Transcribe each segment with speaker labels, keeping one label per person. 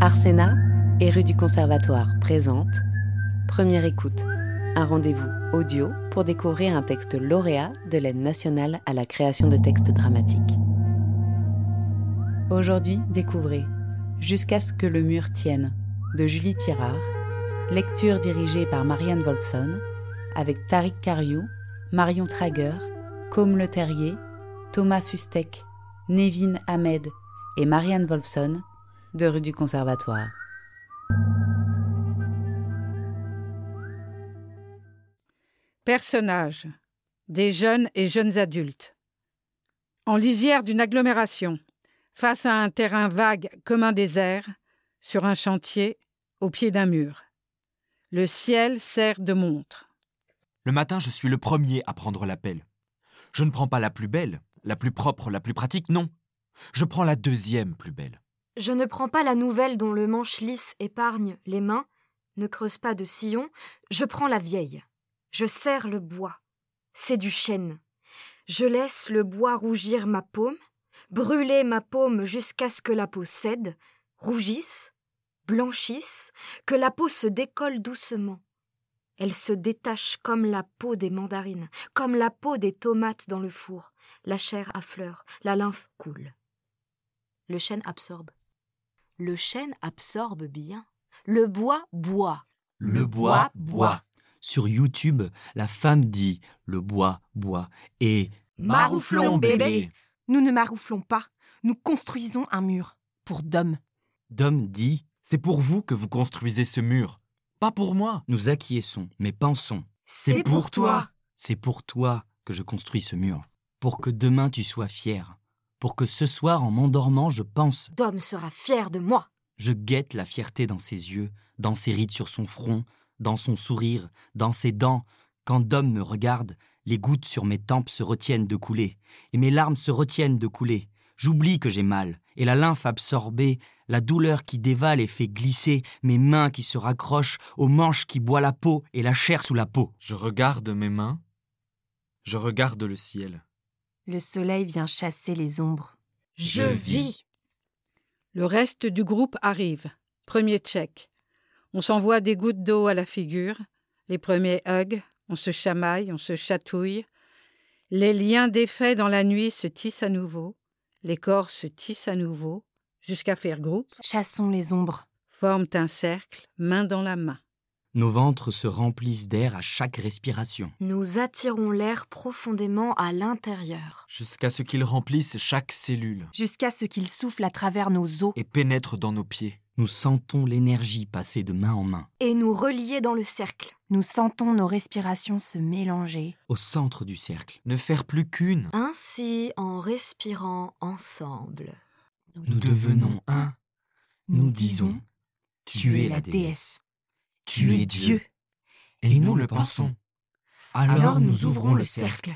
Speaker 1: Arsena et rue du Conservatoire présente Première écoute, un rendez-vous audio pour découvrir un texte lauréat de l'aide nationale à la création de textes dramatiques. Aujourd'hui, découvrez Jusqu'à ce que le mur tienne de Julie Tirard, lecture dirigée par Marianne Wolfson, avec Tariq Cariou, Marion Trager, Côme Le Terrier, Thomas Fustek, Nevin Ahmed et Marianne Wolfson de rue du Conservatoire.
Speaker 2: Personnages, des jeunes et jeunes adultes. En lisière d'une agglomération, face à un terrain vague comme un désert, sur un chantier, au pied d'un mur. Le ciel sert de montre.
Speaker 3: Le matin, je suis le premier à prendre l'appel. Je ne prends pas la plus belle, la plus propre, la plus pratique, non. Je prends la deuxième plus belle.
Speaker 4: Je ne prends pas la nouvelle dont le manche lisse épargne les mains, ne creuse pas de sillon, je prends la vieille. Je serre le bois. C'est du chêne. Je laisse le bois rougir ma paume, brûler ma paume jusqu'à ce que la peau cède, rougisse, blanchisse, que la peau se décolle doucement. Elle se détache comme la peau des mandarines, comme la peau des tomates dans le four. La chair affleure, la lymphe coule.
Speaker 5: Le chêne absorbe. Le chêne absorbe bien. Le bois boit.
Speaker 6: Le bois boit. Sur YouTube, la femme dit le bois boit et
Speaker 7: marouflons bébé. Nous ne marouflons pas, nous construisons un mur pour Dom.
Speaker 6: Dom dit
Speaker 3: c'est pour vous que vous construisez ce mur, pas pour moi.
Speaker 6: Nous acquiesçons, mais pensons.
Speaker 7: C'est pour toi.
Speaker 6: C'est pour toi que je construis ce mur, pour que demain tu sois fier, pour que ce soir en m'endormant je pense.
Speaker 4: Dom sera fier de moi.
Speaker 6: Je guette la fierté dans ses yeux, dans ses rides sur son front, dans son sourire, dans ses dents. Quand Dom me regarde, les gouttes sur mes tempes se retiennent de couler, et mes larmes se retiennent de couler. J'oublie que j'ai mal, et la lymphe absorbée, la douleur qui dévale et fait glisser, mes mains qui se raccrochent aux manches qui boit la peau et la chair sous la peau.
Speaker 3: Je regarde mes mains, je regarde le ciel.
Speaker 7: Le soleil vient chasser les ombres.
Speaker 4: Je, je vis.
Speaker 2: Le reste du groupe arrive. Premier check. On s'envoie des gouttes d'eau à la figure, les premiers hugs, on se chamaille, on se chatouille. Les liens défaits dans la nuit se tissent à nouveau, les corps se tissent à nouveau, jusqu'à faire groupe.
Speaker 7: Chassons les ombres.
Speaker 2: Forment un cercle, main dans la main.
Speaker 6: Nos ventres se remplissent d'air à chaque respiration.
Speaker 4: Nous attirons l'air profondément à l'intérieur.
Speaker 3: Jusqu'à ce qu'il remplisse chaque cellule.
Speaker 7: Jusqu'à ce qu'il souffle à travers nos os.
Speaker 3: Et pénètre dans nos pieds.
Speaker 6: Nous sentons l'énergie passer de main en main.
Speaker 4: Et nous relier dans le cercle.
Speaker 7: Nous sentons nos respirations se mélanger.
Speaker 6: Au centre du cercle.
Speaker 3: Ne faire plus qu'une.
Speaker 4: Ainsi, en respirant ensemble.
Speaker 6: Nous, nous devenons un. Nous disons,
Speaker 7: tu es la déesse.
Speaker 6: Tu es Dieu.
Speaker 7: Et nous le pensons. Alors nous ouvrons le cercle.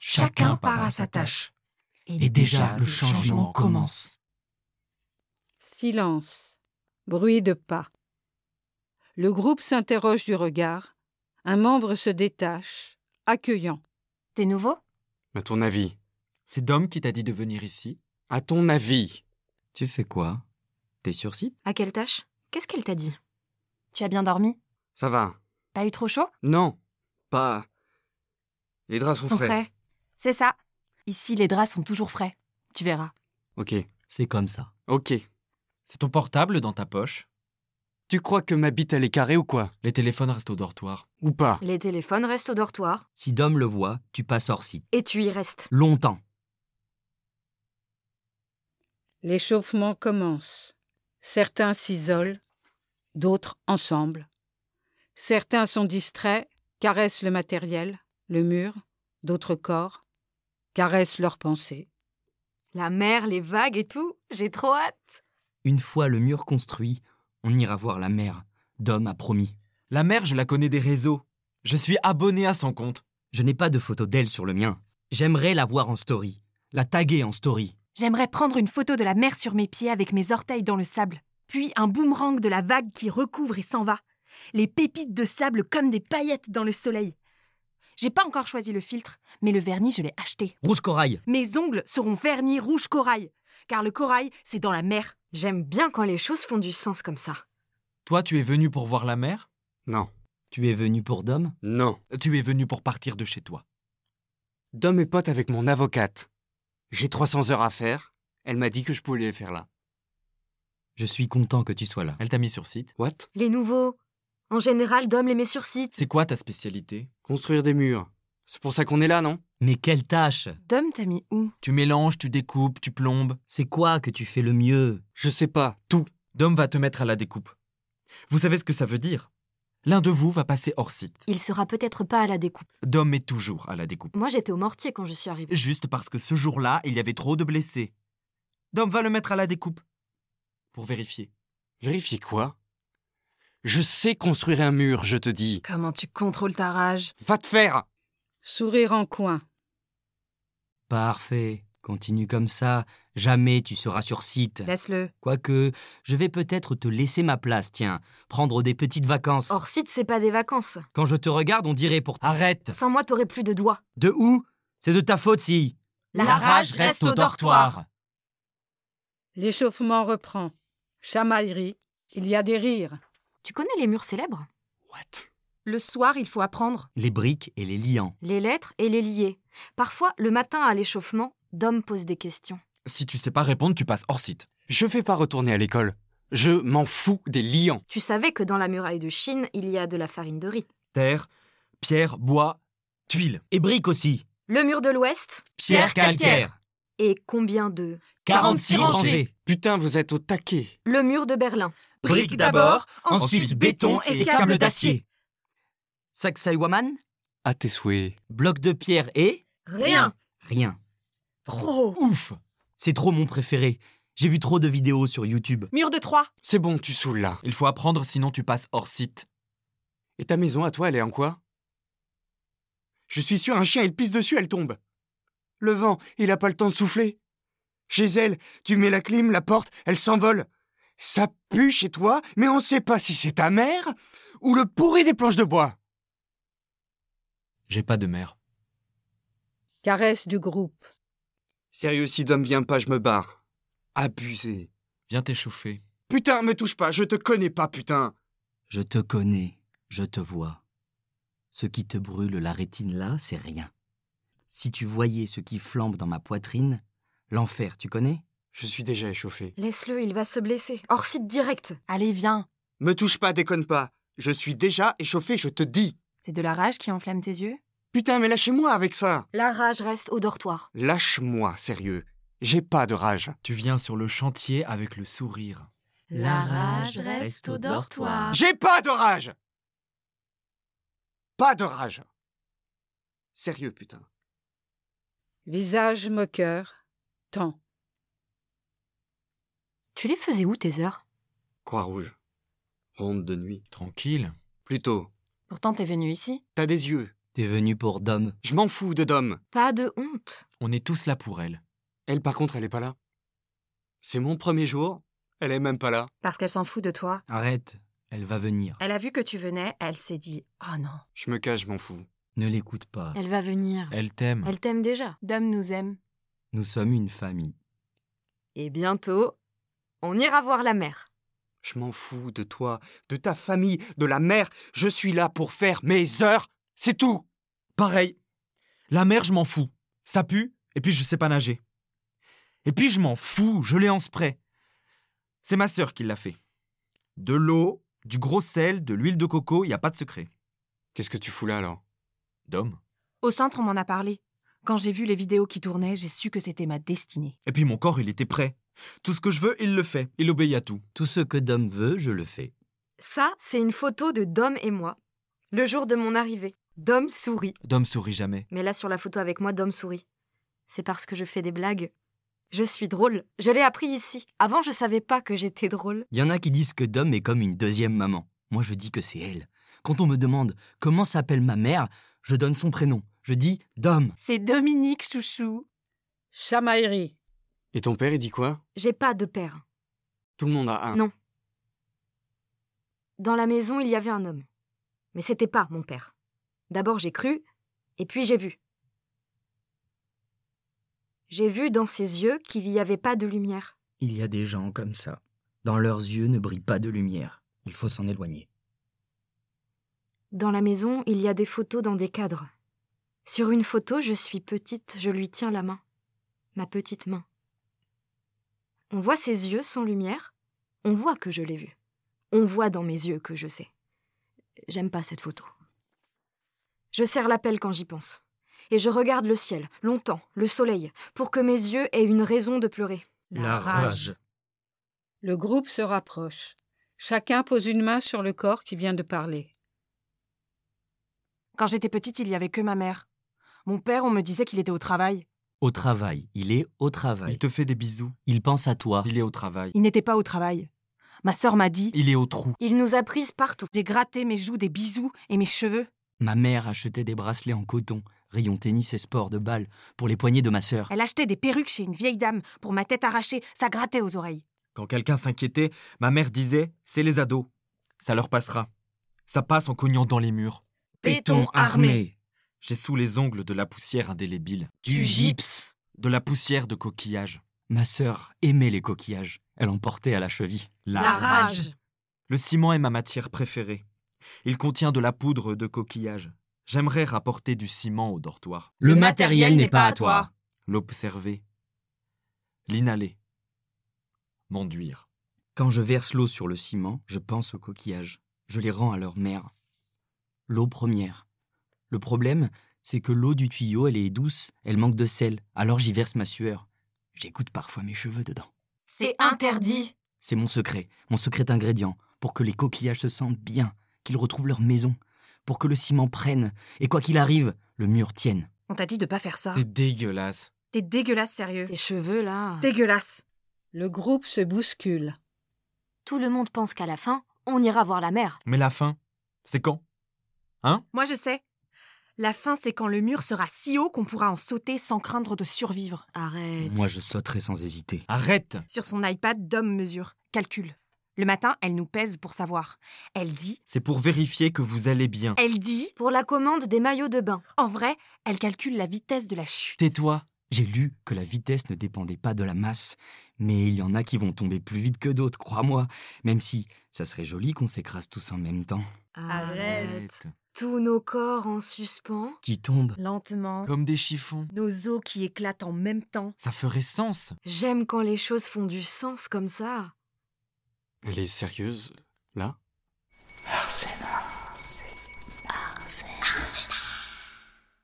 Speaker 7: Chacun part à sa tâche. Et déjà le changement commence.
Speaker 2: Silence bruit de pas. Le groupe s'interroge du regard. Un membre se détache, accueillant.
Speaker 7: T'es nouveau
Speaker 8: À ton avis.
Speaker 3: C'est Dom qui t'a dit de venir ici
Speaker 8: À ton avis.
Speaker 6: Tu fais quoi T'es sur site
Speaker 4: À quelle tâche Qu'est-ce qu'elle t'a dit
Speaker 7: Tu as bien dormi
Speaker 8: Ça va.
Speaker 7: Pas eu trop chaud
Speaker 8: Non, pas. Les draps sont,
Speaker 7: sont
Speaker 8: frais.
Speaker 7: frais. C'est ça. Ici, les draps sont toujours frais. Tu verras.
Speaker 8: Ok.
Speaker 6: C'est comme ça.
Speaker 8: Ok.
Speaker 3: C'est ton portable dans ta poche
Speaker 8: Tu crois que ma bite elle est carrée ou quoi
Speaker 3: Les téléphones restent au dortoir.
Speaker 8: Ou pas
Speaker 4: Les téléphones restent au dortoir.
Speaker 6: Si Dom le voit, tu passes hors site.
Speaker 4: Et tu y restes.
Speaker 6: Longtemps.
Speaker 2: L'échauffement commence. Certains s'isolent, d'autres ensemble. Certains sont distraits, caressent le matériel, le mur, d'autres corps, caressent leurs pensées.
Speaker 4: La mer, les vagues et tout, j'ai trop hâte.
Speaker 6: Une fois le mur construit, on ira voir la mère. Dom a promis.
Speaker 3: La mère, je la connais des réseaux. Je suis abonné à son compte.
Speaker 6: Je n'ai pas de photo d'elle sur le mien. J'aimerais la voir en story, la taguer en story.
Speaker 7: J'aimerais prendre une photo de la mer sur mes pieds avec mes orteils dans le sable, puis un boomerang de la vague qui recouvre et s'en va, les pépites de sable comme des paillettes dans le soleil. J'ai pas encore choisi le filtre, mais le vernis je l'ai acheté.
Speaker 6: Rouge corail.
Speaker 7: Mes ongles seront vernis rouge corail. car le corail, c'est dans la mer.
Speaker 4: J'aime bien quand les choses font du sens comme ça.
Speaker 3: Toi, tu es venu pour voir la mer
Speaker 8: Non,
Speaker 6: Tu es venu pour Dom
Speaker 8: non.
Speaker 3: Tu es venu pour partir de chez toi.
Speaker 8: Dom est pote avec mon avocate. J'ai 300 heures à faire. Elle m'a dit que je pouvais les faire là.
Speaker 6: Je suis content que tu sois là.
Speaker 3: Elle t'a mis sur site.
Speaker 8: What
Speaker 4: Les nouveaux. En général, Dom les met sur site.
Speaker 3: C'est quoi ta spécialité
Speaker 8: Construire des murs. C'est pour ça qu'on est là, non
Speaker 6: Mais quelle tâche
Speaker 7: Dom t'a mis où
Speaker 3: Tu mélanges, tu découpes, tu plombes.
Speaker 6: C'est quoi que tu fais le mieux
Speaker 8: Je sais pas, tout.
Speaker 3: Dom va te mettre à la découpe. Vous savez ce que ça veut dire L'un de vous va passer hors site.
Speaker 5: Il sera peut-être pas à la découpe.
Speaker 3: Dom est toujours à la découpe.
Speaker 5: Moi, j'étais au mortier quand je suis arrivée.
Speaker 3: Juste parce que ce jour-là, il y avait trop de blessés. Dom va le mettre à la découpe. Pour vérifier.
Speaker 8: Vérifier quoi Je sais construire un mur, je te dis.
Speaker 7: Comment tu contrôles ta rage
Speaker 8: Va te faire
Speaker 2: Sourire en coin.
Speaker 6: Parfait. Continue comme ça. Jamais tu seras sur site.
Speaker 7: Laisse-le.
Speaker 6: Quoique, je vais peut-être te laisser ma place, tiens. Prendre des petites vacances.
Speaker 4: Hors site, c'est pas des vacances.
Speaker 6: Quand je te regarde, on dirait pour... Arrête
Speaker 4: Sans moi, t'aurais plus de doigts.
Speaker 6: De où C'est de ta faute si...
Speaker 2: L'échauffement reprend. Chamaillerie. Il y a des rires.
Speaker 5: Tu connais les murs célèbres
Speaker 8: What
Speaker 7: Le soir, il faut apprendre.
Speaker 6: Les briques et les liants.
Speaker 4: Les lettres et les liés. Parfois, le matin à l'échauffement, Dom pose des questions.
Speaker 3: Si tu sais pas répondre, tu passes hors site.
Speaker 8: Je vais pas retourner à l'école. Je m'en fous des liants.
Speaker 4: Tu savais que dans la muraille de Chine, il y a de la farine de riz.
Speaker 3: Terre, pierre, bois, tuiles.
Speaker 6: Et briques aussi.
Speaker 4: Le mur de l'Ouest
Speaker 6: Pierre calcaire.
Speaker 4: Et combien de
Speaker 8: Putain, vous êtes au taquet.
Speaker 4: Le mur de Berlin.
Speaker 6: Briques d'abord, ensuite béton et câbles d'acier. Sacsayhuaman,
Speaker 8: À tes souhaits.
Speaker 6: bloc de pierre et...
Speaker 4: Rien
Speaker 6: Rien.
Speaker 7: Trop
Speaker 3: Ouf
Speaker 6: C'est trop mon préféré. J'ai vu trop de vidéos sur YouTube.
Speaker 7: Mur de Troie
Speaker 8: C'est bon, tu saoules là.
Speaker 3: Il faut apprendre, sinon tu passes hors site.
Speaker 8: Et ta maison à toi, elle est en quoi Je suis sûr, un chien, il pisse dessus, elle tombe. Le vent, il a pas le temps de souffler. Chez elle, tu mets la clim, la porte, elle s'envole. Ça pue chez toi, mais on sait pas si c'est ta mère ou le pourri des planches de bois.
Speaker 3: J'ai pas de mère.
Speaker 2: Caresse du groupe.
Speaker 8: Sérieux, si Dom vient pas, je me barre. Abusé.
Speaker 3: Viens t'échauffer.
Speaker 8: Putain, me touche pas, je te connais pas, putain.
Speaker 6: Je te connais, je te vois. Ce qui te brûle la rétine là, c'est rien. Si tu voyais ce qui flambe dans ma poitrine, l'enfer, tu connais
Speaker 8: Je suis déjà échauffé.
Speaker 4: Laisse-le, il va se blesser. Hors site direct.
Speaker 5: Allez, viens.
Speaker 8: Me touche pas, déconne pas. Je suis déjà échauffé, je te dis.
Speaker 7: C'est de la rage qui enflamme tes yeux
Speaker 8: Putain, mais lâchez-moi avec ça.
Speaker 4: La rage reste au dortoir.
Speaker 8: Lâche-moi, sérieux. J'ai pas de rage.
Speaker 3: Tu viens sur le chantier avec le sourire.
Speaker 5: La rage reste au dortoir.
Speaker 8: J'ai pas de rage Pas de rage Sérieux, putain.
Speaker 2: Visage moqueur. Temps.
Speaker 5: Tu les faisais où tes heures
Speaker 8: Croix-Rouge. Ronde de nuit.
Speaker 3: Tranquille.
Speaker 8: Plutôt.
Speaker 5: Pourtant, t'es venu ici.
Speaker 8: T'as des yeux.
Speaker 6: T'es venu pour Dom.
Speaker 8: Je m'en fous de Dom.
Speaker 4: Pas de honte.
Speaker 3: On est tous là pour elle.
Speaker 8: Elle, par contre, elle est pas là. C'est mon premier jour. Elle est même pas là.
Speaker 7: Parce qu'elle s'en fout de toi.
Speaker 6: Arrête, elle va venir.
Speaker 7: Elle a vu que tu venais, elle s'est dit Oh non.
Speaker 8: Je me cache, je m'en fous.
Speaker 6: Ne l'écoute pas.
Speaker 4: Elle va venir.
Speaker 3: Elle t'aime.
Speaker 4: Elle t'aime déjà.
Speaker 7: Dom nous aime.
Speaker 6: Nous sommes une famille.
Speaker 4: Et bientôt, on ira voir la mer.
Speaker 8: Je m'en fous de toi, de ta famille, de la mère. Je suis là pour faire mes heures. C'est tout.
Speaker 3: Pareil. La mer, je m'en fous. Ça pue, et puis je sais pas nager. Et puis je m'en fous, je l'ai en spray. C'est ma sœur qui l'a fait. De l'eau, du gros sel, de l'huile de coco, y a pas de secret.
Speaker 8: Qu'est-ce que tu fous là, alors
Speaker 3: Dom.
Speaker 7: Au centre, on m'en a parlé. Quand j'ai vu les vidéos qui tournaient, j'ai su que c'était ma destinée.
Speaker 3: Et puis mon corps, il était prêt. Tout ce que je veux, il le fait. Il obéit à tout.
Speaker 6: Tout ce que Dom veut, je le fais.
Speaker 4: Ça, c'est une photo de Dom et moi. Le jour de mon arrivée. Dom sourit.
Speaker 3: Dom sourit jamais.
Speaker 4: Mais là, sur la photo avec moi, Dom sourit. C'est parce que je fais des blagues. Je suis drôle. Je l'ai appris ici. Avant, je savais pas que j'étais drôle.
Speaker 6: Il y en a qui disent que Dom est comme une deuxième maman. Moi, je dis que c'est elle. Quand on me demande comment s'appelle ma mère, je donne son prénom. Je dis Dom.
Speaker 7: C'est Dominique, chouchou.
Speaker 2: Chamaillerie.
Speaker 8: Et ton père, il dit quoi
Speaker 4: J'ai pas de père.
Speaker 8: Tout le monde a un.
Speaker 4: Non. Dans la maison, il y avait un homme. Mais c'était pas mon père. D'abord, j'ai cru, et puis j'ai vu. J'ai vu dans ses yeux qu'il n'y avait pas de lumière.
Speaker 6: Il y a des gens comme ça. Dans leurs yeux ne brille pas de lumière. Il faut s'en éloigner.
Speaker 4: Dans la maison, il y a des photos dans des cadres. Sur une photo, je suis petite, je lui tiens la main. Ma petite main. On voit ses yeux sans lumière. On voit que je l'ai vue. On voit dans mes yeux que je sais. J'aime pas cette photo. Je serre l'appel quand j'y pense. Et je regarde le ciel, longtemps, le soleil, pour que mes yeux aient une raison de pleurer.
Speaker 2: Le groupe se rapproche. Chacun pose une main sur le corps qui vient de parler.
Speaker 7: Quand j'étais petite, il n'y avait que ma mère. Mon père, on me disait qu'il était au travail.
Speaker 6: Au travail. Il est au travail.
Speaker 3: Il te fait des bisous.
Speaker 6: Il pense à toi.
Speaker 3: Il est au travail.
Speaker 7: Il n'était pas au travail. Ma sœur m'a dit
Speaker 3: Il est au trou.
Speaker 4: Il nous a prises partout.
Speaker 7: J'ai gratté mes joues des bisous et mes cheveux.
Speaker 6: Ma mère achetait des bracelets en coton, rayon tennis et sport de balle, pour les poignets de ma sœur.
Speaker 7: Elle achetait des perruques chez une vieille dame pour ma tête arrachée. Ça grattait aux oreilles.
Speaker 3: Quand quelqu'un s'inquiétait, ma mère disait C'est les ados. Ça leur passera. Ça passe en cognant dans les murs.
Speaker 7: Béton armé.
Speaker 3: J'ai sous les ongles de la poussière indélébile,
Speaker 7: Du gypse.
Speaker 3: de la poussière de coquillage.
Speaker 6: Ma sœur aimait les coquillages. Elle en portait à la cheville.
Speaker 3: La,
Speaker 7: La rage.
Speaker 3: Le ciment est ma matière préférée. Il contient de la poudre de coquillage. J'aimerais rapporter du ciment au dortoir,
Speaker 7: Le matériel n'est pas à toi.
Speaker 3: l'observer, l'inhaler, m'enduire.
Speaker 6: Quand je verse l'eau sur le ciment, je pense aux coquillages. Je les rends à leur mère. L'eau première. Le problème, c'est que l'eau du tuyau, elle est douce, elle manque de sel, alors j'y verse ma sueur. J'égoutte parfois mes cheveux dedans.
Speaker 9: C'est interdit.
Speaker 6: C'est mon secret, mon secret ingrédient, pour que les coquillages se sentent bien, qu'ils retrouvent leur maison, pour que le ciment prenne, et quoi qu'il arrive, le mur tienne.
Speaker 7: On t'a dit de pas faire ça.
Speaker 3: C'est dégueulasse.
Speaker 7: T'es dégueulasse, sérieux.
Speaker 4: Tes cheveux, là.
Speaker 7: Dégueulasse.
Speaker 2: Le groupe se bouscule.
Speaker 9: Tout le monde pense qu'à la fin, on ira voir la mer.
Speaker 3: Mais la fin, c'est quand
Speaker 7: Moi, je sais. La fin, c'est quand le mur sera si haut qu'on pourra en sauter sans craindre de survivre.
Speaker 9: Arrête.
Speaker 6: Moi, je sauterai sans hésiter.
Speaker 3: Arrête
Speaker 7: Sur son iPad, Dom mesure, calcule. Le matin, elle nous pèse pour savoir. Elle dit,
Speaker 3: C'est pour vérifier que vous allez bien.
Speaker 7: elle dit,
Speaker 4: Pour la commande des maillots de bain.
Speaker 7: en vrai, elle calcule la vitesse de la chute.
Speaker 6: Tais-toi J'ai lu que la vitesse ne dépendait pas de la masse, mais il y en a qui vont tomber plus vite que d'autres, crois-moi, même si ça serait joli qu'on s'écrase tous en même temps.
Speaker 7: Arrête.
Speaker 4: Tous nos corps en suspens.
Speaker 6: Qui tombe
Speaker 7: Lentement,
Speaker 3: Comme des chiffons.
Speaker 7: nos os qui éclatent en même temps.
Speaker 3: Ça ferait sens.
Speaker 4: J'aime quand les choses font du sens comme ça.
Speaker 10: Elle est sérieuse, là
Speaker 11: Arsène.